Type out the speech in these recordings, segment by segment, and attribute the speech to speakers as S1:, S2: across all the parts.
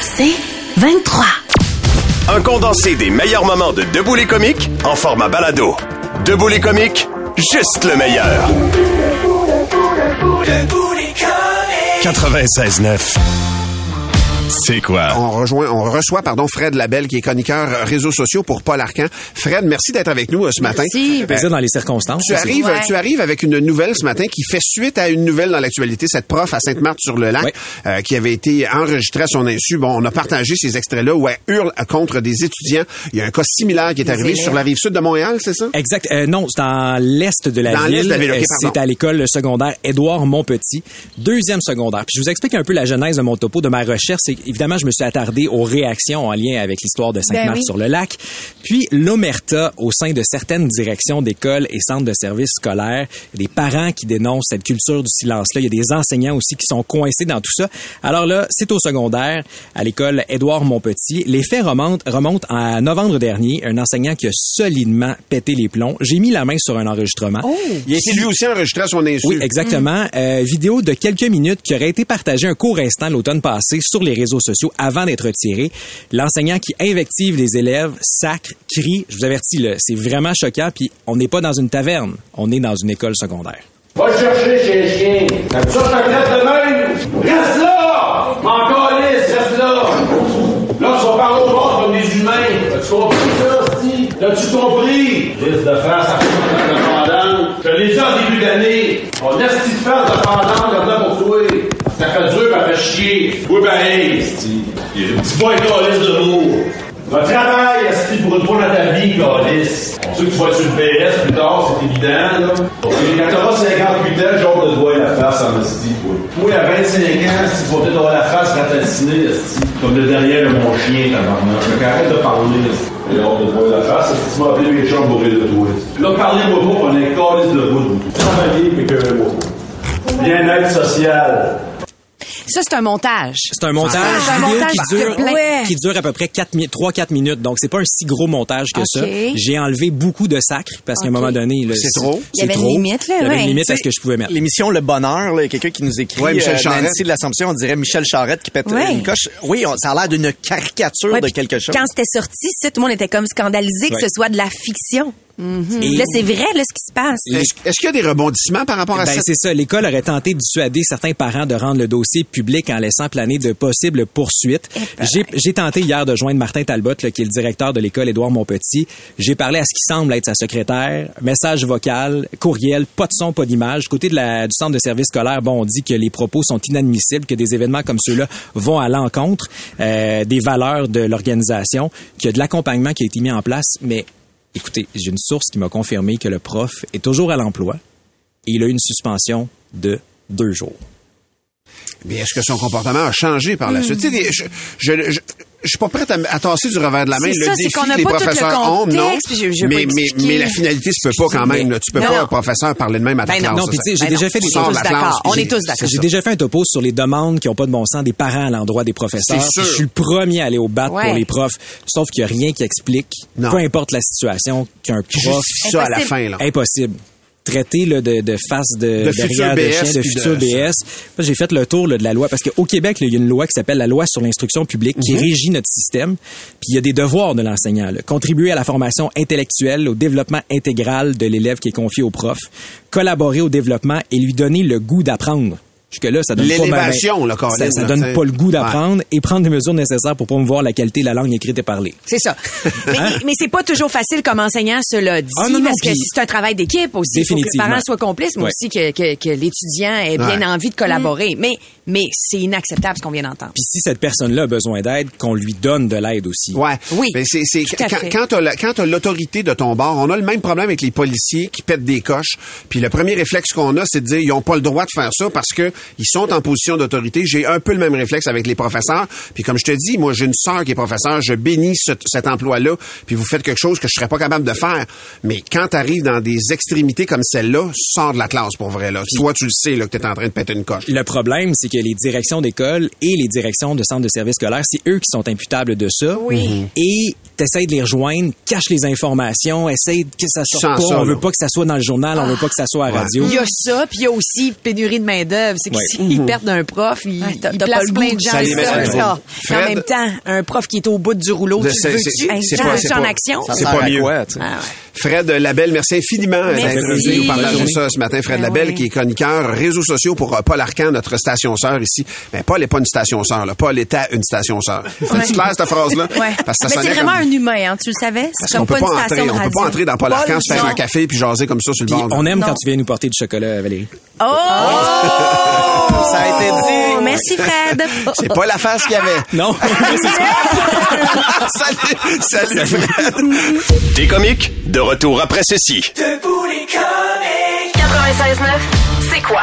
S1: C'est 23.
S2: Un condensé des meilleurs moments de Debout les comiques en format balado. Debout les comiques, juste le meilleur. 96.9. C'est quoi?
S3: On rejoint, on reçoit, pardon, Fred Labelle, qui est chroniqueur euh, réseaux sociaux pour Paul Arcan. Fred, merci d'être avec nous euh, ce matin.
S4: Merci.
S5: plaisir dans les circonstances.
S3: Tu arrives,
S4: Ouais.
S3: tu arrives avec une nouvelle ce matin qui fait suite à une nouvelle dans l'actualité. Cette prof à Sainte-Marthe-sur-le-Lac,
S5: Oui.
S3: euh, qui avait été enregistrée à son insu. Bon, on a partagé ces extraits-là où elle hurle contre des étudiants. Il y a un cas similaire qui est arrivé
S4: élèves.
S3: sur la rive sud de Montréal, c'est ça?
S5: Exact. Euh, non, c'est dans l'est de la
S3: Dans l'est
S5: ville.
S3: de la ville, ok,
S5: Euh,
S3: pardon.
S5: c'est à l'école secondaire Édouard Montpetit, deuxième secondaire. Puis je vous explique un peu la genèse de mon topo, de ma recherche. C'est évidemment, je me suis attardé aux réactions en lien avec l'histoire de
S4: Ben oui.
S5: Sainte-Marthe sur le lac, puis l'omerta au sein de certaines directions d'écoles et centres de services scolaires, Il y a des parents qui dénoncent cette culture du silence-là, il y a des enseignants aussi qui sont coincés dans tout ça. Alors là, c'est au secondaire, à l'école Édouard Montpetit. Les faits remontent, remontent à novembre dernier, un enseignant qui a solidement pété les plombs. J'ai mis la main sur un enregistrement.
S3: Il a été lui aussi enregistré à son insu. Mm-hmm.
S5: Oui, exactement. Euh, vidéo de quelques minutes qui aurait été partagée un court instant l'automne passé sur les réseaux sociaux avant d'être retirée. L'enseignant qui invective les élèves, sacre, crie. Je vous avertis, là, c'est vraiment choquant. Puis on n'est pas dans une taverne, on est dans une école secondaire.
S6: Va le chercher chez les chiens. Ça, c'est un classe de même. Reste là! M'en calisse, reste là! Là, tu vas parler aux autres comme des humains. As-tu compris ça, Sti? T'as-tu compris? Liste de face à face de pendant. Je l'ai dit en début d'année. On est ce de face de pendant, regarde pour toi. Ça fait dur, ça fait chier. Oui, ben, hey, Sti. Il est un petit boy calisse de mots. Va travailler, Sti, pour répondre à ta vie, calisse. On sait que tu vas être sur le PS plus tard, c'est évident, là. Et quand t'auras 58 ans, genre de doigt la face en esti, quoi. Moi, à 25 ans, si tu vas peut-être avoir la face ratatinée, esti. Comme le derrière de mon chien, ta maman. Je arrête de parler, esti. J'ai hâte de voir la face, esti. Tu m'as appelé mes chambres bourrées de toi, esti. Là, parlez-moi pas, on est calice de vous. Travaillez, mais que moi pas. Bien-être social.
S4: Ça, c'est un montage.
S5: C'est un montage
S4: Ah, un
S5: vidéo
S4: montage
S5: qui, dure,
S4: de plein- Ouais.
S5: qui dure à peu près 3-4 minutes. Donc, c'est pas un si gros montage que
S4: Ok.
S5: ça. J'ai enlevé beaucoup de sacre parce qu'à un
S4: Ok.
S5: moment donné... là,
S3: C'est trop.
S4: Il y avait une
S5: trop.
S4: limite, là,
S5: Il y avait
S4: ouais.
S5: une limite à ce que je pouvais mettre.
S7: L'émission Le Bonheur, là, il y a quelqu'un qui nous écrit,
S3: Ouais, Michel
S7: euh,
S3: Charette.
S7: Nancy de l'Assomption, on dirait Michel Charette qui pète
S8: Ouais.
S7: une coche. Oui, on- ça a l'air d'une caricature
S8: Ouais,
S7: de
S8: puis
S7: quelque chose.
S8: Quand c'était sorti, ça, tout le monde était comme scandalisé que
S5: Ouais.
S8: ce soit de la fiction.
S3: Mhm.
S5: Et-
S8: Là, c'est vrai, là, ce qui se passe.
S3: Est-ce est-ce qu'il y a des rebondissements par rapport à
S5: Ben,
S3: ça?
S5: c'est ça. L'école aurait tenté de dissuader certains parents de rendre le dossier public en laissant planer de possibles poursuites. J'ai, j'ai tenté hier de joindre Martin Talbot, là, qui est le directeur de l'école Édouard Montpetit. J'ai parlé à ce qui semble être sa secrétaire. Message vocal, courriel, pas de son, pas d'image. Côté de la, du centre de service scolaire, bon, on dit que les propos sont inadmissibles, que des événements comme ceux-là vont à l'encontre euh, des valeurs de l'organisation, qu'il y a de l'accompagnement qui a été mis en place, mais Écoutez, j'ai une source qui m'a confirmé que le prof est toujours à l'emploi et il a eu une suspension de deux jours.
S3: Mais est-ce que son comportement a changé par la suite? Tu sais, des- je, je, je, je suis pas prête à, m- à tasser du revers de la main
S4: C'est
S3: le
S4: ça, c'est
S3: défi
S4: qu'on n'a
S3: que les
S4: pas tout le
S3: professeurs ont, non?
S4: contexte, puis je- je peux
S3: mais, mais,
S4: expliquer.
S3: mais la finalité se peut pas quand même.
S4: Mais-
S3: là. Tu peux
S4: Non,
S3: pas,
S4: non.
S3: un professeur, parler de même à ta
S4: Ben non.
S3: classe.
S5: Non, puis
S3: ça.
S5: tu sais, j'ai
S4: Ben
S5: déjà
S4: non,
S5: fait des
S4: on est
S3: Sors
S4: tous
S3: de la classe,
S4: d'accord.
S3: puis
S4: On
S3: j'ai-
S4: est tous d'accord.
S3: c'est
S5: J'ai
S3: ça.
S5: déjà fait un topo sur les demandes qui n'ont pas de bon sens des parents à l'endroit des professeurs.
S3: C'est sûr.
S5: Je suis le premier à aller au bat
S4: Ouais.
S5: pour les profs, sauf qu'il n'y a rien qui explique,
S3: Non.
S5: peu importe la situation, qu'un
S3: Qui
S5: prof
S3: justifie ça à la
S8: Impossible.
S3: fin, là.
S5: impossible. Traité là, de, de face de,
S3: De
S5: derrière
S3: futur
S5: de
S3: BS,
S5: chien, de
S3: puis de-
S5: futur BS. Moi, J'ai fait le tour là, de la loi parce qu'au Québec, là, il y a une loi qui s'appelle la loi sur l'instruction publique qui
S3: Mhm.
S5: régit notre système. Puis il y a des devoirs de l'enseignant. là. Contribuer à la formation intellectuelle, au développement intégral de l'élève qui est confié au prof. Collaborer au développement et lui donner le goût d'apprendre. Jusque-là, ça donne pas ma-
S3: L'élévation, là, Caroline,
S5: ça, ça
S3: là,
S5: donne
S3: t'sais.
S5: pas le goût
S3: Ouais.
S5: d'apprendre et prendre des mesures nécessaires pour promouvoir la qualité de la langue écrite et parlée.
S4: C'est ça. mais mais c'est pas toujours facile comme enseignant, cela dit,
S5: Ah, non, non,
S4: parce que
S5: puis-
S4: c'est un travail d'équipe aussi. Il faut que les
S5: Définitivement.
S4: parents soient complices, mais
S5: Ouais. Mm.
S4: aussi que, que, que l'étudiant ait bien
S3: Ouais.
S4: envie de collaborer. Mais, mais c'est inacceptable ce qu'on vient d'entendre.
S5: Puis si cette personne-là a besoin d'aide, qu'on lui donne de l'aide aussi.
S3: Ouais.
S4: Oui,
S3: Mais c'est, c'est,
S4: tout à
S3: quand,
S4: fait.
S3: quand t'as la- quand t'as l'autorité de ton bord, on a le même problème avec les policiers qui pètent des coches. Puis le premier réflexe qu'on a, c'est de dire, ils ont pas le droit de faire ça parce que Ils sont en position d'autorité. J'ai un peu le même réflexe avec les professeurs. Puis comme je te dis, moi, j'ai une sœur qui est professeur. Je bénis ce- cet emploi-là. Puis vous faites quelque chose que je serais pas capable de faire. Mais quand tu arrives dans des extrémités comme celle-là, sors de la classe pour vrai. Là. Toi, tu le sais là, que tu es en train de péter une coche.
S5: Le problème, c'est que les directions d'école et les directions de centres de services scolaires, c'est eux qui sont imputables de ça.
S3: Oui.
S5: Et t'essayes de les rejoindre, cache les informations, essaye que ça
S3: Sans
S5: sorte pas.
S3: ça,
S5: on
S3: là.
S5: veut pas que ça soit dans le journal, on veut pas que ça soit à la radio.
S4: Il y a ça, puis il y a aussi pénurie de main-d'œuvre. C'est qu'ils
S5: Ouais.
S4: s'ils perdent un prof, ils,
S8: Ouais, t'as-
S4: ils
S8: t'as pas
S4: placent
S8: le
S4: plein
S8: goût.
S4: de gens.
S3: Ça les
S4: sur
S3: met sur
S4: le
S3: le
S4: corps.
S3: dos.
S4: Mais En
S3: Fred-
S4: même temps, un prof qui est au bout du rouleau, tu
S3: C'est-
S4: le
S3: c'est-
S4: veux-tu?
S3: c'est-
S4: Hey,
S3: c'est
S4: j'en
S3: pas-
S4: veux-tu
S3: c'est
S4: en
S3: pas-
S4: action?
S3: c'est pas mieux.
S4: Ah ouais.
S3: Fred Labelle, merci infiniment
S4: Merci.
S3: d'être venu nous parler de
S5: Bonne
S3: ça ce matin. Fred Labelle,
S4: oui.
S3: qui est chroniqueur réseaux sociaux pour euh, Paul Arcan, notre station sœur ici. Mais Paul n'est pas une station sœur. là. Paul était une station sœur. C'est clair cette phrase-là.
S8: Ouais.
S3: Parce que ça
S8: Mais c'est
S3: sonnait
S8: vraiment
S3: comme-
S8: un humain, hein, tu le savais?
S3: Parce
S8: C'est
S3: qu'on
S8: comme
S3: peut pas
S8: pas une
S3: entrer,
S8: station de
S3: on peut
S8: radio.
S3: pas entrer dans Paul Arcan, se faire
S8: non.
S3: un café puis jaser comme ça sur le
S5: Puis
S3: bord.
S5: on aime
S8: Non.
S5: quand tu viens nous porter du chocolat, Valérie.
S8: Oh!
S7: Ça a été dit.
S8: Oh, Merci, Fred.
S7: C'est pas la face qu'il y avait.
S5: Non.
S3: salut, salut, Fred.
S2: Des comiques, de retour après ceci.
S9: 96.9, c'est quoi?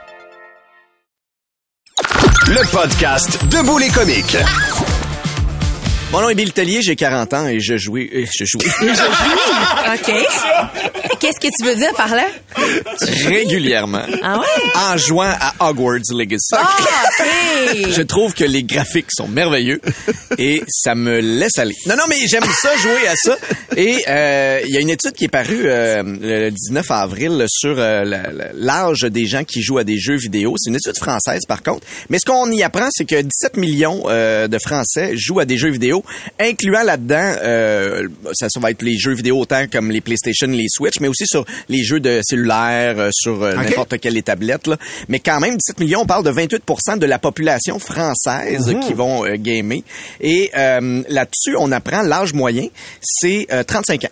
S2: Le podcast Debout les comiques.
S7: Mon nom est Bill Tellier, j'ai 40 ans et je jouais. euh, Je jouais
S3: Oh!
S8: OK. Qu'est-ce que tu veux dire par là?
S7: régulièrement.
S8: Ah ouais?
S7: En jouant à Hogwarts Legacy.
S8: Ah, OK.
S7: Je trouve que les graphiques sont merveilleux et ça me laisse aller. Non, non, mais j'aime ça jouer à ça. Et euh, il y a une étude qui est parue euh, le 19 avril sur euh, la- la- l'âge des gens qui jouent à des jeux vidéo. C'est une étude française, par contre. Mais ce qu'on y apprend, c'est que 17 millions euh, de Français jouent à des jeux vidéo, incluant là-dedans, euh, ça, ça va être les jeux vidéo autant comme les PlayStation, les Switch, mais aussi sur les jeux de cellulaire, euh, sur euh,
S3: Ok.
S7: n'importe n'importe quelle tablette. Là. Mais quand même, 17 millions, on parle de 28 de la population française
S3: Mhm.
S7: qui vont euh, gamer. Et euh, là-dessus, on apprend l'âge moyen, c'est euh, 35 ans.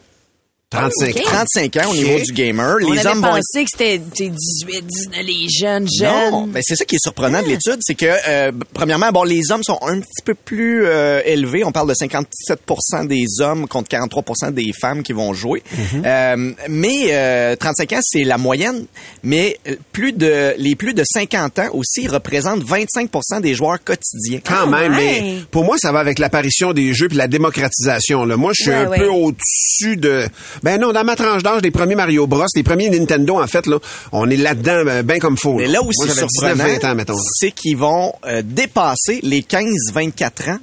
S3: 35 ans.
S7: 35 ans au
S3: Ok.
S7: niveau du gamer.
S4: On
S7: les
S4: avait
S7: hommes vont
S4: pensé
S7: être
S4: que c'était tu sais, 18, 19, les jeunes, jeunes.
S7: non, mais c'est ça qui est surprenant de l'étude, c'est que euh, premièrement, bon, les hommes sont un petit peu plus euh, élevés. On parle de 57% des hommes contre 43% des femmes qui vont jouer. Euh, mais euh, 35 ans, c'est la moyenne. Mais euh, plus de les plus de 50 ans aussi représentent 25% des joueurs quotidiens.
S3: Quand même, mais
S8: Ah, ouais.
S3: pour moi, ça va avec l'apparition des jeux puis la démocratisation. Là. Moi, je suis
S8: Ouais,
S3: un
S8: ouais.
S3: peu au-dessus de... Ben non, dans ma tranche d'âge, des premiers Mario Bros, des premiers Nintendo, en fait, là, on est là-dedans ben, ben comme faux.
S7: Mais là où
S3: Moi,
S7: c'est
S3: j'avais 19,
S7: surprenant,
S3: 20 ans, mettons.
S7: c'est qu'ils vont euh, dépasser les 15-24 ans,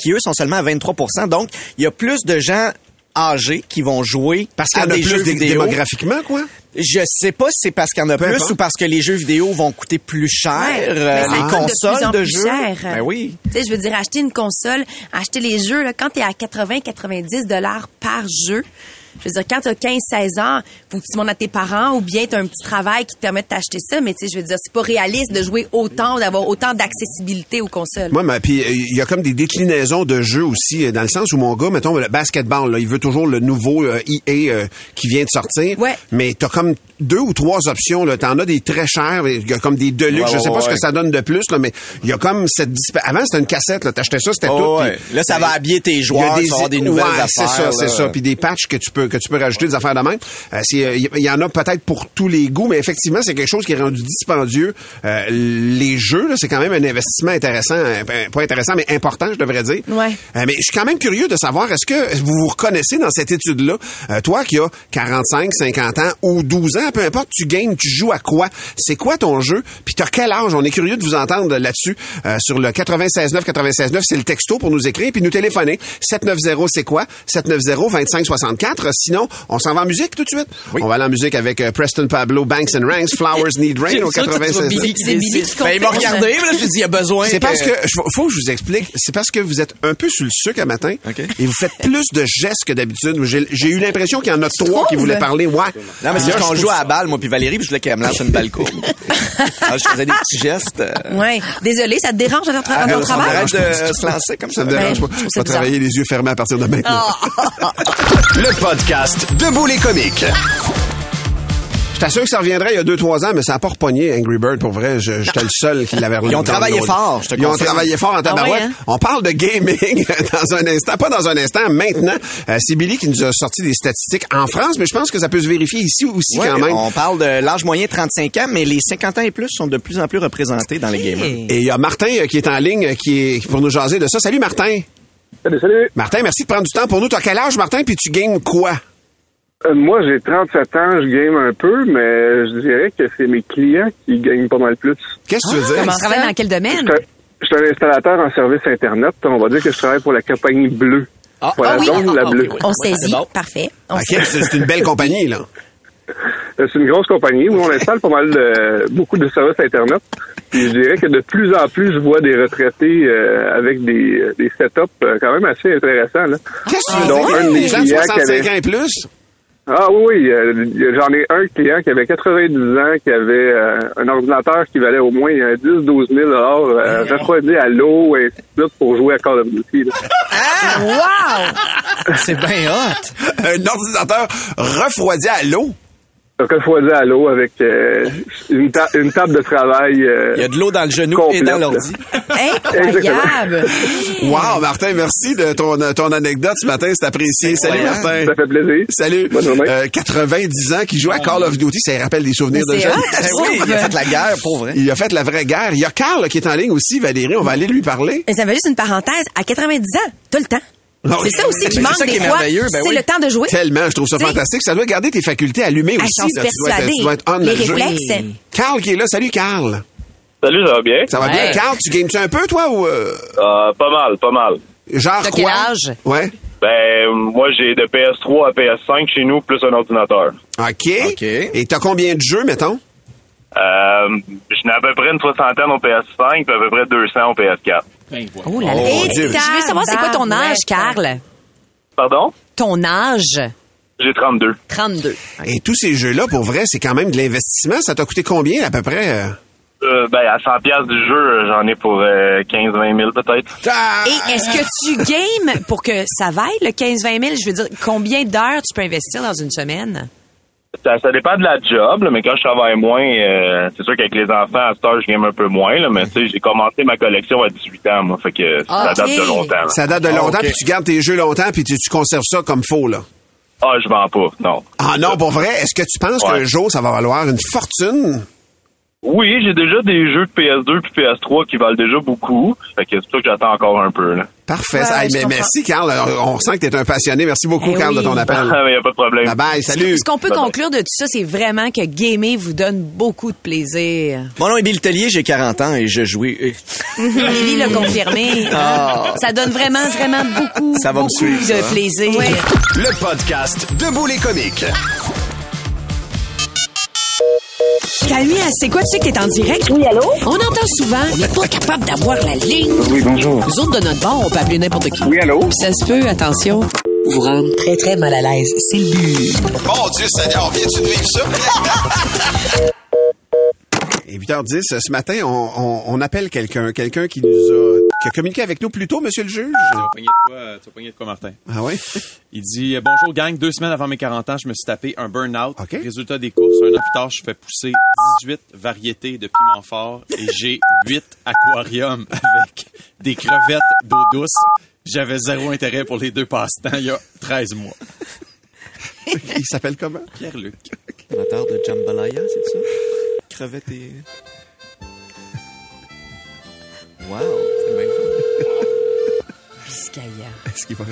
S7: qui eux sont seulement à 23 Donc, il y a plus de gens âgés qui vont jouer
S3: Parce
S7: à
S3: qu'il y en a
S7: des
S3: plus
S7: jeux
S3: dé-
S7: vidéo.
S3: démographiquement, quoi.
S7: Je sais pas si c'est parce qu'il y en a
S3: Peu
S7: plus
S3: importe.
S7: ou parce que les jeux vidéo vont coûter plus cher,
S8: Ouais,
S7: euh,
S8: mais ça
S7: les
S8: coûte de
S7: consoles
S8: plus en
S7: de,
S8: plus
S7: jeux.
S8: cher.
S7: Ben oui.
S8: Tu sais, je veux dire, acheter une console, acheter les jeux, là, quand t'es à 80, 90 dollars par jeu, je veux dire, quand t'as 15, 16 ans, faut que tu demandes à tes parents ou bien t'as un petit travail qui te permet de t'acheter ça, mais tu sais, je veux dire, c'est pas réaliste de jouer autant, d'avoir autant d'accessibilité aux consoles.
S3: Moi, mais puis euh, il y a comme des déclinaisons de jeux aussi, euh, dans le sens où mon gars, mettons, le basketball, là, il veut toujours le nouveau euh, EA euh, qui vient de sortir.
S8: Ouais.
S3: Mais t'as comme deux ou trois options. Là. T'en as des très chers, il y a comme des deluxe.
S7: Ouais,
S3: je sais
S7: ouais,
S3: pas ce que
S7: ouais.
S3: ça donne de plus, là, mais il y a comme cette... dispa- Avant, c'était une cassette. Là. T'achetais ça, c'était
S7: Oh,
S3: tout.
S7: ouais.
S3: puis-
S7: Là, ça va habiller tes
S3: Il y a
S7: joueurs, tu vas avoir des nouvelles
S3: ouais,
S7: affaires.
S3: c'est ça, c'est
S7: là.
S3: ça. Puis des patchs que tu peux que tu peux rajouter des affaires de même. Euh, c'est, euh, Il y, y en a peut-être pour tous les goûts, mais effectivement, c'est quelque chose qui est rendu dispendieux. Euh, les jeux, là, c'est quand même un investissement intéressant, euh, pas intéressant, mais important, je devrais dire.
S8: Ouais.
S3: Euh, mais je suis quand même curieux de savoir, est-ce que vous vous reconnaissez dans cette étude-là, Euh, toi qui as 45, 50 ans ou 12 ans, peu importe, tu games, tu joues à quoi, c'est quoi ton jeu, puis t'as quel âge? On est curieux de vous entendre là-dessus euh, sur le 96.9, 96.9, c'est le texto pour nous écrire, puis nous téléphoner. 790, c'est quoi? 790-2564. Sinon, on s'en va en musique tout de suite. On va aller en musique avec euh, Preston Pablo, Banks and Ranks, Flowers Need Rain au 96.
S8: C'est Billy qui
S7: Ben, il m'a
S8: confirme.
S7: regardé, mais là, je lui ai dit, il y a besoin.
S3: C'est parce que je- faut que je vous explique. C'est parce que vous êtes un peu sur le sucre à matin
S7: OK.
S3: et vous faites plus de gestes que d'habitude. J'ai j'ai eu l'impression qu'il y en a trois qui
S8: trouves?
S3: voulaient parler. Ouais.
S7: Non, mais c'est
S3: Là,
S7: parce qu'on
S3: je
S7: joue
S3: trouve
S7: à la balle, moi, puis Valérie, puis je voulais qu'elle me lance une balle courbe. Alors, je faisais des petits gestes. euh,
S3: Ah,
S8: Ouais. Désolé, ça te dérange dans ton, tra-
S7: Ah,
S8: dans ton
S7: ça me
S8: travail?
S7: dérange pas du tout.
S3: Ça me dérange
S8: Ben,
S3: pas.
S8: je
S3: Je
S8: trouve ça
S3: vais
S8: bizarre. Ah,
S3: travailler les yeux fermés à partir de maintenant.
S2: Le podcast Debout les comiques.
S3: Je t'assure que ça reviendrait il y a 2-3 ans, mais ça n'a pas repogné Angry Bird pour vrai. Je- J'étais le seul qui l'avait relevé
S7: ont
S3: dans le
S7: travaillé
S3: lot.
S7: fort, je te
S3: Ils ont
S7: confirme.
S3: travaillé fort en tabarouette.
S7: Ah ouais, hein?
S3: On parle de gaming dans un instant. Pas dans un instant, maintenant. Euh, C'est Billy qui nous a sorti des statistiques en France, mais je pense que ça peut se vérifier ici aussi
S7: Ouais,
S3: quand même.
S7: On parle de l'âge moyen 35 ans, mais les 50 ans et plus sont de plus en plus représentés dans les gamers.
S3: Et il y a Martin euh, qui est en ligne euh, qui est qui- pour nous jaser de ça. Salut Martin.
S10: Salut, salut.
S3: Martin, merci de prendre du temps pour nous. T'as quel âge, Martin, puis tu games quoi?
S10: Euh, moi, j'ai 37 ans, je game un peu, mais je dirais que c'est mes clients qui gagnent pas mal plus.
S3: Qu'est-ce que tu veux
S4: Ah, Comment
S3: dire?
S4: tu travailles dans quel domaine?
S10: Je suis un installateur en service Internet. On va dire que je travaille pour la compagnie bleue. pour la
S8: Ah oui,
S10: zone,
S8: ah,
S10: la
S8: ah,
S10: bleue.
S8: oui, oui. On saisit. Parfait. On
S3: Ok,
S8: saisit.
S3: c'est c'est une belle compagnie, là.
S10: Euh, C'est une grosse compagnie où on installe pas mal de beaucoup de services Internet. Puis je dirais que de plus en plus, je vois des retraités euh, avec des, euh, des setups euh, quand même assez intéressants. là.
S3: Qu'est-ce que tu
S10: Dont
S3: veux
S10: un de
S3: dire?
S10: mes
S3: Des gens de
S10: clients qui
S3: 65
S10: avait-
S3: ans et plus?
S10: Ah oui, oui, euh, j'en ai un client qui avait 90 ans, qui avait euh, un ordinateur qui valait au moins 10-12 000 euh, refroidi à l'eau et ainsi de suite pour jouer à Call of Duty. là.
S7: Ah,
S3: Ah!
S7: C'est bien hot.
S3: un ordinateur refroidi à l'eau.
S10: Refroidi à l'eau avec euh, une, ta- une table de travail. euh,
S7: Il y a de l'eau dans le genou et dans l'ordi.
S8: Incroyable.
S3: Wow, Martin, merci de ton, euh, ton anecdote ce matin. C'est apprécié. Salut,
S10: Incroyable.
S3: Martin.
S10: Ça fait plaisir.
S3: Salut.
S10: Bonne journée.
S3: Euh, 90 ans qui joue à Call of Duty, ça lui rappelle des souvenirs
S7: Mais
S3: de
S7: c'est
S3: jeunes.
S7: hot,
S3: Ben
S7: ça.
S3: oui, il a fait la guerre,
S7: pour vrai.
S3: Il a fait la vraie guerre. Il y a Carl euh, qui est en ligne aussi, Valérie. On va aller lui parler.
S8: Et ça me fait juste une parenthèse. À 90 ans, t'as le temps.
S3: Non,
S8: c'est ça aussi
S3: ben,
S8: qui
S3: c'est
S8: manque
S3: ça qui
S8: des
S3: est
S8: fois.
S3: merveilleux, ben
S8: c'est
S3: oui.
S8: le temps de jouer.
S3: Tellement, je trouve ça
S8: Tu sais,
S3: fantastique. Ça doit garder tes facultés allumées
S8: Ah,
S3: aussi.
S8: j'en suis
S3: là. tu, dois être,
S8: persuadée.
S3: tu dois être on
S8: Les
S3: le jeu.
S8: réflexes.
S3: Carl qui est là. Salut, Carl.
S11: Salut, ça va bien?
S3: Ça va bien? Carl, tu games-tu un peu, toi, ou euh,
S11: Euh, pas mal, pas mal.
S3: genre
S11: T'as
S3: quoi?
S11: quel âge?
S3: Ouais.
S11: Ben, moi, j'ai de PS3 à PS5 chez nous, plus un ordinateur.
S3: OK. Et t'as combien de jeux, mettons?
S11: Euh, je n'ai à peu près une soixantaine au PS5 puis à peu près 200 au PS4.
S4: Oh là là.
S11: Oh,
S4: Et
S11: Dieu.
S4: Je veux savoir c'est quoi ton âge, Carl?
S11: Pardon?
S4: Ton âge?
S11: J'ai 32.
S4: 32.
S3: Et tous ces jeux-là, pour vrai, c'est quand même de l'investissement. Ça t'a coûté combien, à peu près? euh?
S11: Euh, ben, à 100 pièces du jeu, j'en ai pour euh, 15-20 000 peut-être.
S3: Ah,
S4: Et est-ce que tu games pour que ça vaille le 15-20 000? Je veux dire, combien d'heures tu peux investir dans une semaine?
S11: Ça, ça dépend de la job, là, mais quand je travaille moins, euh, c'est sûr qu'avec les enfants, à cette heure, je game un peu moins, là, mais tu sais, j'ai commencé ma collection à 18 ans, moi, fait que
S3: Ah,
S11: ça
S8: Ah,
S3: Ok.
S11: date de longtemps. là.
S3: Ça date de
S11: Ah,
S3: longtemps,
S11: ok.
S3: puis tu gardes tes jeux longtemps, puis tu, tu conserves ça comme faux, là.
S11: Ah, je vends pas, non.
S3: Ah non, pour vrai, est-ce que tu penses
S11: Ouais.
S3: qu'un jour, ça va valoir une fortune?
S11: Oui, j'ai déjà des jeux de PS2 puis PS3 qui valent déjà beaucoup. Fait que c'est pour ça que j'attends encore un peu. Là.
S3: Parfait.
S11: Ouais,
S3: Ah,
S11: je
S3: mais
S11: comprends.
S3: merci, Carl. On, on sent que tu es un passionné. Merci beaucoup,
S4: Eh
S3: Carl,
S4: oui.
S3: de ton appel.
S11: Ah, mais y a pas de problème.
S3: Bye bye, salut.
S4: Ce qu'on peut conclure de tout ça, c'est vraiment que gamer vous donne beaucoup de plaisir.
S7: Mon nom est Bill Tellier, j'ai 40 ans et je jouais. euh,
S4: Billy l'a confirmé.
S7: Ah.
S4: Ça donne vraiment, vraiment beaucoup,
S7: Ça va me
S4: beaucoup
S7: suivre,
S4: de
S7: ça.
S4: plaisir.
S2: Le podcast Debout les comiques.
S4: Camille, c'est quoi, tu sais que t'es en direct? Oui, allô? On entend souvent, on n'est pas capable d'avoir la ligne.
S12: Oui, bonjour.
S4: Nous autres, de notre bord, on peut appeler n'importe qui.
S12: Oui, allô?
S4: Ça se peut, attention. Vous rendre très, très mal à l'aise. C'est le but.
S3: Mon Dieu Seigneur, viens-tu de vivre ça? Et 8h10, ce matin, on, on- on appelle quelqu'un, quelqu'un qui nous a, qui a communiqué avec nous plus tôt, monsieur le juge.
S13: Tu vas pogner de quoi, euh, tu vas pogner de quoi, Martin?
S3: Ah ouais?
S13: Il dit euh, Bonjour, gang. Deux semaines avant mes 40 ans, je me suis tapé un burn-out. Résultat des courses, un an plus tard, je fais pousser 18 variétés de piments forts et j'ai 8 aquariums avec des crevettes d'eau douce. J'avais zéro intérêt pour les deux passe-temps il y a 13 mois.
S3: Il s'appelle comment?
S13: Pierre-Luc.
S7: Amateur de jambalaya, c'est ça? Crevette et. Wow, c'est bien
S3: Est-ce qu'il va...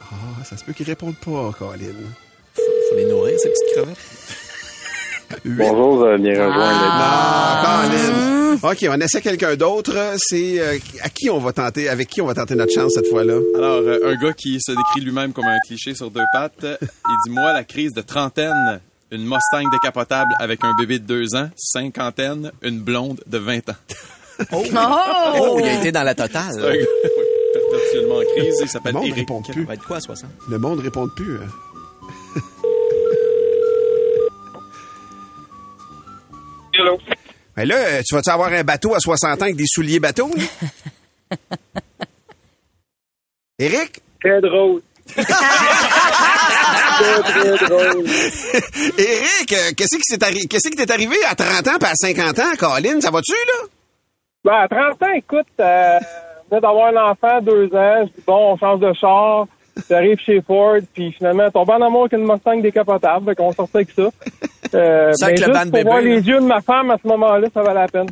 S3: Ah, ça se peut qu'il réponde pas, Colin.
S7: Faut les nourrir, ces petites crevettes.
S10: Bonjour, euh, bien
S3: Ah,
S10: rejoindre.
S3: Colin. OK, on essaie quelqu'un d'autre. C'est euh, à qui on va tenter, avec qui on va tenter notre chance cette fois-là?
S13: Alors, euh, un gars qui se décrit lui-même comme un cliché sur deux pattes, euh, il dit Moi, la crise de trentaine, une Mustang décapotable avec un bébé de deux ans, cinquantaine,
S3: Oh,
S13: une blonde de 20 ans. Oh,
S7: Oh! il a été dans la totale.
S13: virtuellement en crise. Il s'appelle
S3: Le monde
S13: Eric.
S3: répond plus.
S7: va être quoi, 60?
S3: Le monde répond plus. euh. Ben là, euh, tu vas-tu avoir un bateau à 60 ans avec des souliers bateaux? là? Eric?
S10: Très drôle.
S3: Eric, euh, qu'est-ce qui s'est arri- qu'est-ce qui t'est arrivé à 30 ans pas à 50 ans, Colin? Ça va-tu, là?
S12: Ben, à 30 ans, écoute, euh, je venais d'avoir un enfant, deux ans. Je dis, bon, on change de char. J'arrive chez Ford, puis finalement, tombe en amour avec une Mustang décapotable. Fait qu'on sortait avec ça. Euh,
S3: Ça avec
S12: ben,
S3: le
S12: juste
S3: band
S12: pour
S3: bébé,
S12: voir
S3: là.
S12: les yeux de ma femme à ce moment-là, ça valait la peine.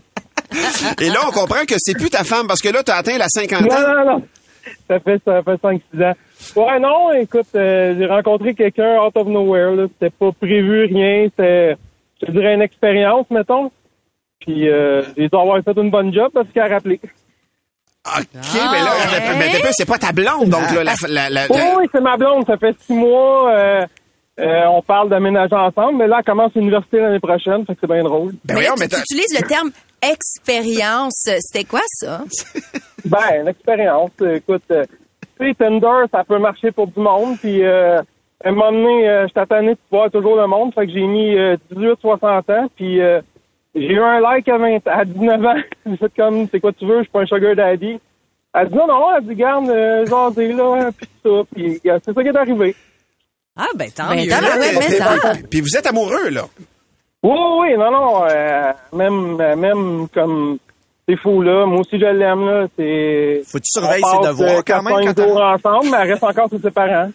S3: Et là, on comprend que c'est plus ta femme parce que là, t'as atteint la 50 ans.
S12: Non, non, non. Ça fait, ça fait 5-6 ans. Ouais, non, écoute, euh, j'ai rencontré quelqu'un out of nowhere. là. C'était pas prévu, rien. C'était, je te dirais, une expérience, mettons. Puis euh, j'ai dû avoir fait une bonne job parce qu'il a rappelé.
S3: OK, mais là, attends,
S10: Ah,
S3: mais attends, c'est pas ta blonde, donc, là, la, la- la-
S12: Ah. Oui, oui, c'est ma blonde. Ça fait six mois. euh, euh, on parle d'aménager ensemble, mais là, elle commence l'université l'année prochaine, fait que c'est bien drôle.
S3: Ben
S8: Mais là, tu tu utilises le terme expérience. C'était quoi ça?
S12: Ben, une expérience. Euh, Écoute, euh, tu sais, Tinder, ça peut marcher pour du monde. Puis, euh, à un moment donné, euh, j'étais tanné de voir toujours le monde. Fait que j'ai mis 18-60 ans. Puis, euh, j'ai eu un like à, 20, à 19 ans. j'ai fait comme, c'est quoi tu veux, je suis pas un sugar daddy. Elle dit non, non, elle dit, garde, euh, genre, t'es là, puis tout ça. Puis, euh, c'est ça qui est arrivé.
S4: Ah, ben tant
S12: Ben,
S4: mieux.
S12: tant mieux, mais ça.
S3: Puis vous êtes amoureux, là.
S12: Oui, oui, non, non. euh, même, euh, même comme ces fous-là, moi aussi je l'aime. là, c'est-
S7: Faut que tu surveilles ses
S12: on passe,
S7: devoirs
S12: euh,
S7: quand même,
S12: 4-5
S7: quand t'as-
S12: jours ensemble, mais elle reste encore chez ses parents.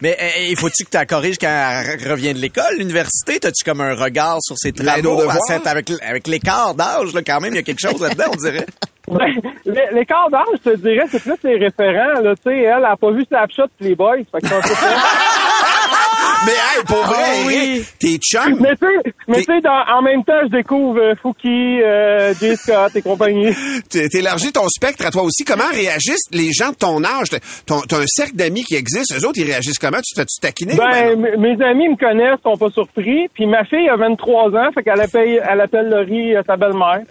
S7: Mais euh, il faut-tu que tu la corriges quand elle re- revient de l'école, l'université? T'as-tu comme un regard sur ses
S3: nos
S7: travaux à
S3: devoirs?
S7: cette- avec, l- avec l'écart d'âge, là, quand même? Il y a quelque chose là-dedans, on dirait.
S12: Ben, l'é- L'écart d'âge, je te dirais, c'est plus les référents. Là, tu sais, elle, elle a pas vu Slapshot pis les boys. Fait que c'est un peu Ah
S3: Mais, hey, pour vrai, Eric, t'es chum.
S12: Mais tu sais, mais tu sais, dans- en même temps, je découvre euh, Fouki, euh, Jay Scott et compagnie.
S3: T'é- T'élargis ton spectre à toi aussi. Comment réagissent les gens de ton âge? T'as- ton- T'as un cercle d'amis qui existe. Eux autres, ils réagissent comment? Tu t'as-tu taquiné?
S12: Ben, m- mes amis me connaissent, sont pas surpris. Puis ma fille a 23 ans, fait qu'elle appelle, elle appelle Laurie euh, sa belle-mère.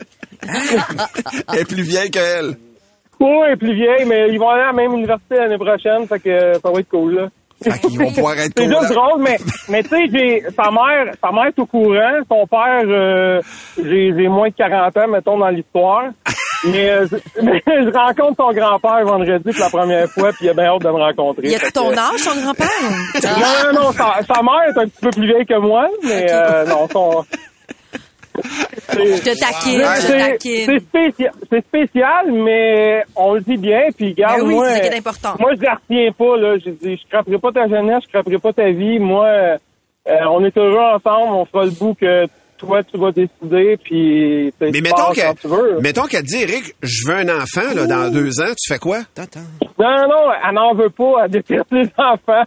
S3: Elle est plus vieille qu'elle.
S12: Oui, elle est plus vieille, mais ils vont aller à la même université l'année prochaine, fait que euh, ça va être cool, là.
S3: Ils vont pouvoir être
S12: C'est
S3: cool.
S12: juste drôle, mais, mais tu sais, j'ai, sa mère, sa mère est au courant, son père, euh, j'ai, j'ai moins de 40 ans, mettons, dans l'histoire. Mais, euh, je- mais je rencontre son grand-père vendredi pour la première fois, puis il a bien hâte de me rencontrer.
S8: Il y a
S12: Fait
S8: ton
S12: que-
S8: âge, son grand-père? Ah.
S12: Non, non, non, sa, sa mère est un petit peu plus vieille que moi, mais euh, non, son...
S8: Je te taquine,
S12: Mais
S8: je te
S12: c'est-
S8: taquine.
S12: C'est spécial, c'est spécial, mais on le dit bien, puis garde
S8: Ben oui,
S12: moi...
S8: c'est ça qui est important.
S12: Moi, je la retiens pas, là. Je dis, je craperai pas ta jeunesse, je craperai pas ta vie. Moi, euh, euh, on est heureux ensemble, on fera le bout que toi, tu vas décider, puis...
S3: Mais mettons qu'elle mettons qu'elle te dit, Eric, je veux un enfant là, dans deux ans. Tu fais quoi?
S12: Non, non, elle n'en veut pas, elle déteste les enfants.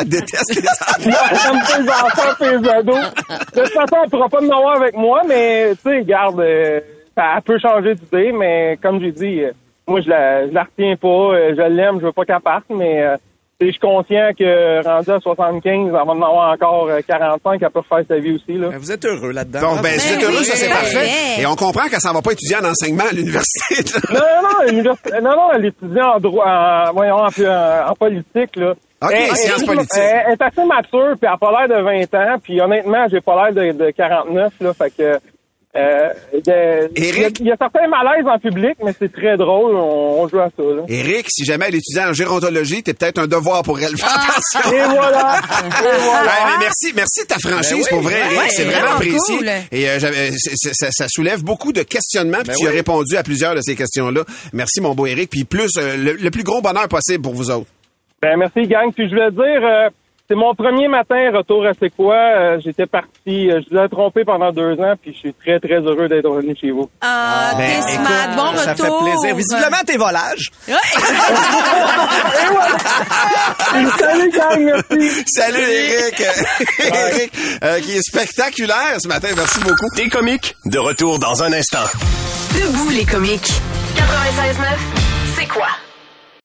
S3: Elle déteste les
S12: enfants. elle aime pas les enfants et les ados. De toute façon, elle pourra pas me avoir avec moi, mais, tu sais, garde, euh, ça- elle peut changer d'idée, mais comme j'ai dit, euh, moi, je la, je la retiens pas, euh, je l'aime, je veux pas qu'elle parte, mais, euh, tu sais, je suis conscient que, rendu à 75, elle va en avoir encore euh, 45, elle peut refaire sa vie aussi, là.
S7: Vous êtes heureux là-dedans.
S3: Bon, ben, si t'es heureux, ça, c'est
S12: oui.
S7: ben
S3: parfait. Et on comprend qu'elle s'en va pas étudier en enseignement à l'université. là.
S12: Non, non, non, l'univers- non, non, elle étudie en droit, en, voyons, en, euh, en- en politique, là.
S3: Ok,
S12: elle,
S3: sciences
S12: elle-
S3: politiques.
S12: Elle, elle est assez mature, puis elle a pas l'air de 20 ans, puis honnêtement, j'ai pas l'air de, de 49, là, fait que... euh, de- il y a- il y, a certains malaises en public, mais c'est très drôle, on, on joue à ça, là.
S3: Eric, si jamais elle étudie en gérontologie, t'es peut-être un devoir pour elle. Fais attention.
S12: Et voilà! Et voilà!
S3: Ouais, mais merci, merci de ta franchise
S12: Ben oui,
S3: pour vrai, Eric.
S12: ouais,
S3: c'est
S12: ouais,
S3: vraiment
S12: vraiment
S3: apprécié.
S12: cool.
S3: Et euh, j'avais- c'est- c'est- ça, ça soulève beaucoup de questionnements. Puis
S12: Ben
S3: tu as
S12: oui.
S3: répondu à plusieurs de ces questions-là. Merci, mon beau Eric. Puis plus euh, le, le plus gros bonheur possible pour vous autres.
S12: Ben merci gang. Puis je voulais dire, euh, c'est mon premier matin retour à c'est quoi. Euh, J'étais parti, euh, je l'ai trompé pendant deux ans, puis je suis très très heureux d'être revenu chez vous.
S8: Ah,
S12: Ben,
S8: t'es
S12: écoute,
S8: smart, bon
S12: ça fait
S8: retour.
S12: plaisir. Visiblement,
S7: t'es volage.
S12: Salut, gang, merci.
S3: Salut, Eric. Eric, euh, qui est spectaculaire ce matin. Merci beaucoup.
S2: Des comiques, de retour dans un instant.
S9: Debout les comiques. 96.9, c'est quoi?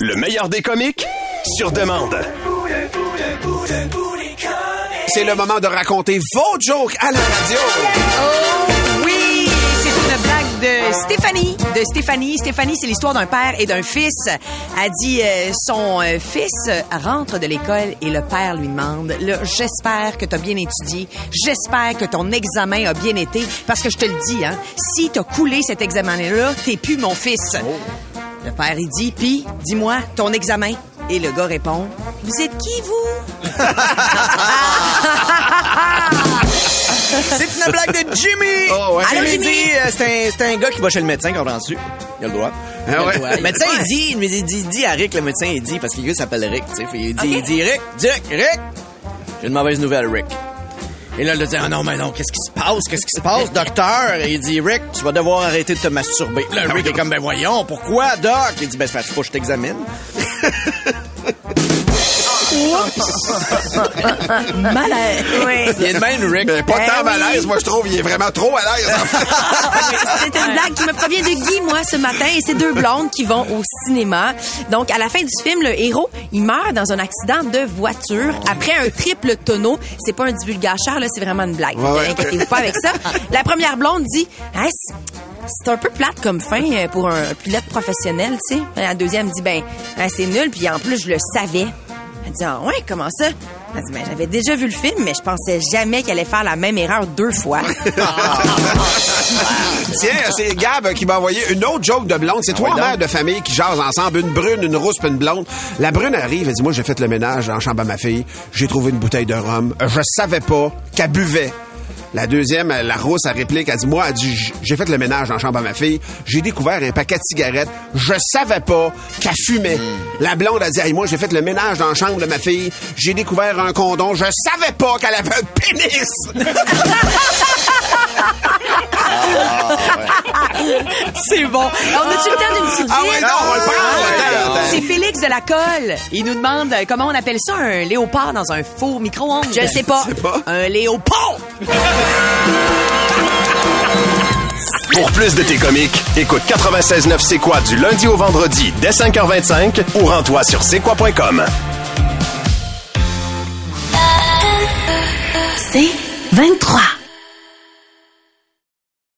S2: Le meilleur des comiques sur demande.
S3: C'est le moment de raconter vos jokes à la radio.
S4: Oh Oui, c'est une blague de Stéphanie. De Stéphanie. Stéphanie, c'est l'histoire d'un père et d'un fils. Elle dit, euh, son euh, fils rentre de l'école et le père lui demande, là, j'espère que t'as bien étudié. J'espère que ton examen a bien été. Parce que je te le dis, hein, si t'as coulé cet examen-là, t'es plus mon fils. Le père, il dit, pis, dis-moi ton examen. Et le gars répond, vous êtes qui, vous?
S7: C'est une blague de Jimmy!
S4: Oh, ouais.
S7: Jimmy,
S4: Allô, Jimmy?
S7: dit, euh, c'est un, c'est un gars qui va chez le médecin, comprends-tu? Il a le droit. Il a le
S4: Ah ouais.
S7: droit. Le médecin,
S4: Ouais.
S7: il dit, il me dit, dit, dit à Rick, le médecin, il dit, parce que le gars s'appelle Rick, tu sais. fait, Il dit,
S4: Ok.
S7: il dit, Rick, dis Rick, Rick, j'ai une mauvaise nouvelle, Rick. Et là, il dit, ah non, mais non, qu'est-ce qui se passe? Qu'est-ce qui se passe, docteur? Et il dit, Rick, tu vas devoir arrêter de te masturber. Là,
S4: Ah
S7: Rick est comme, ben voyons, pourquoi, doc? Il dit, ben, c'est parce qu'il faut que je t'examine.
S4: Malaise. Oui.
S7: Il est de même, Rick.
S3: Ben, pas tant à l'aise, moi, je trouve. Il est vraiment trop à l'aise. en fait.
S8: C'est une blague qui me provient de Guy, moi, ce matin. Et c'est deux blondes qui vont au cinéma. Donc, à la fin du film, le héros, il meurt dans un accident de voiture après un triple tonneau. C'est pas un divulgacheur, là, c'est vraiment une blague.
S9: Ouais, ouais.
S8: Inquiétez-vous pas avec ça. La première blonde dit, Hey, c'est- c'est un peu plate comme fin euh, pour un pilote professionnel, tu sais. La deuxième dit, ben, hein, c'est nul, puis en plus, je le savais. Elle dit, ah ouais, comment ça? Elle dit, ben, j'avais déjà vu le film, mais je pensais jamais qu'elle allait faire la même erreur deux fois.
S3: Tiens, c'est Gab qui m'a envoyé une autre joke de blonde. C'est trois mères de famille qui jasent ensemble, une brune, une rousse, puis une blonde. La brune arrive et dit, moi, j'ai fait le ménage en chambre à ma fille. J'ai trouvé une bouteille de rhum. Je savais pas qu'elle buvait. La deuxième, la rousse, elle réplique, elle dit, moi, elle dit, J- j'ai fait le ménage en chambre à ma fille. J'ai découvert un paquet de cigarettes. Je savais pas qu'elle fumait. La blonde, a dit, Hey, moi, j'ai fait le ménage dans la chambre de ma fille. J'ai découvert un condom. Je savais pas qu'elle avait un pénis.
S8: Ah,
S4: C'est bon. On a-tu le temps d'une petite
S3: Ah ouais, non, on va le prendre, attends, attends.
S4: Ah, C'est Félix de la Colle. Il nous demande euh, comment on appelle ça un léopard dans un faux micro-ondes.
S8: Je sais pas. Je sais
S4: Un léopard!
S2: Pour plus de tes comiques, écoute 96.9 C'est quoi du lundi au vendredi dès 5h25 ou rends-toi sur c'est quoi.com.
S1: C'est 23.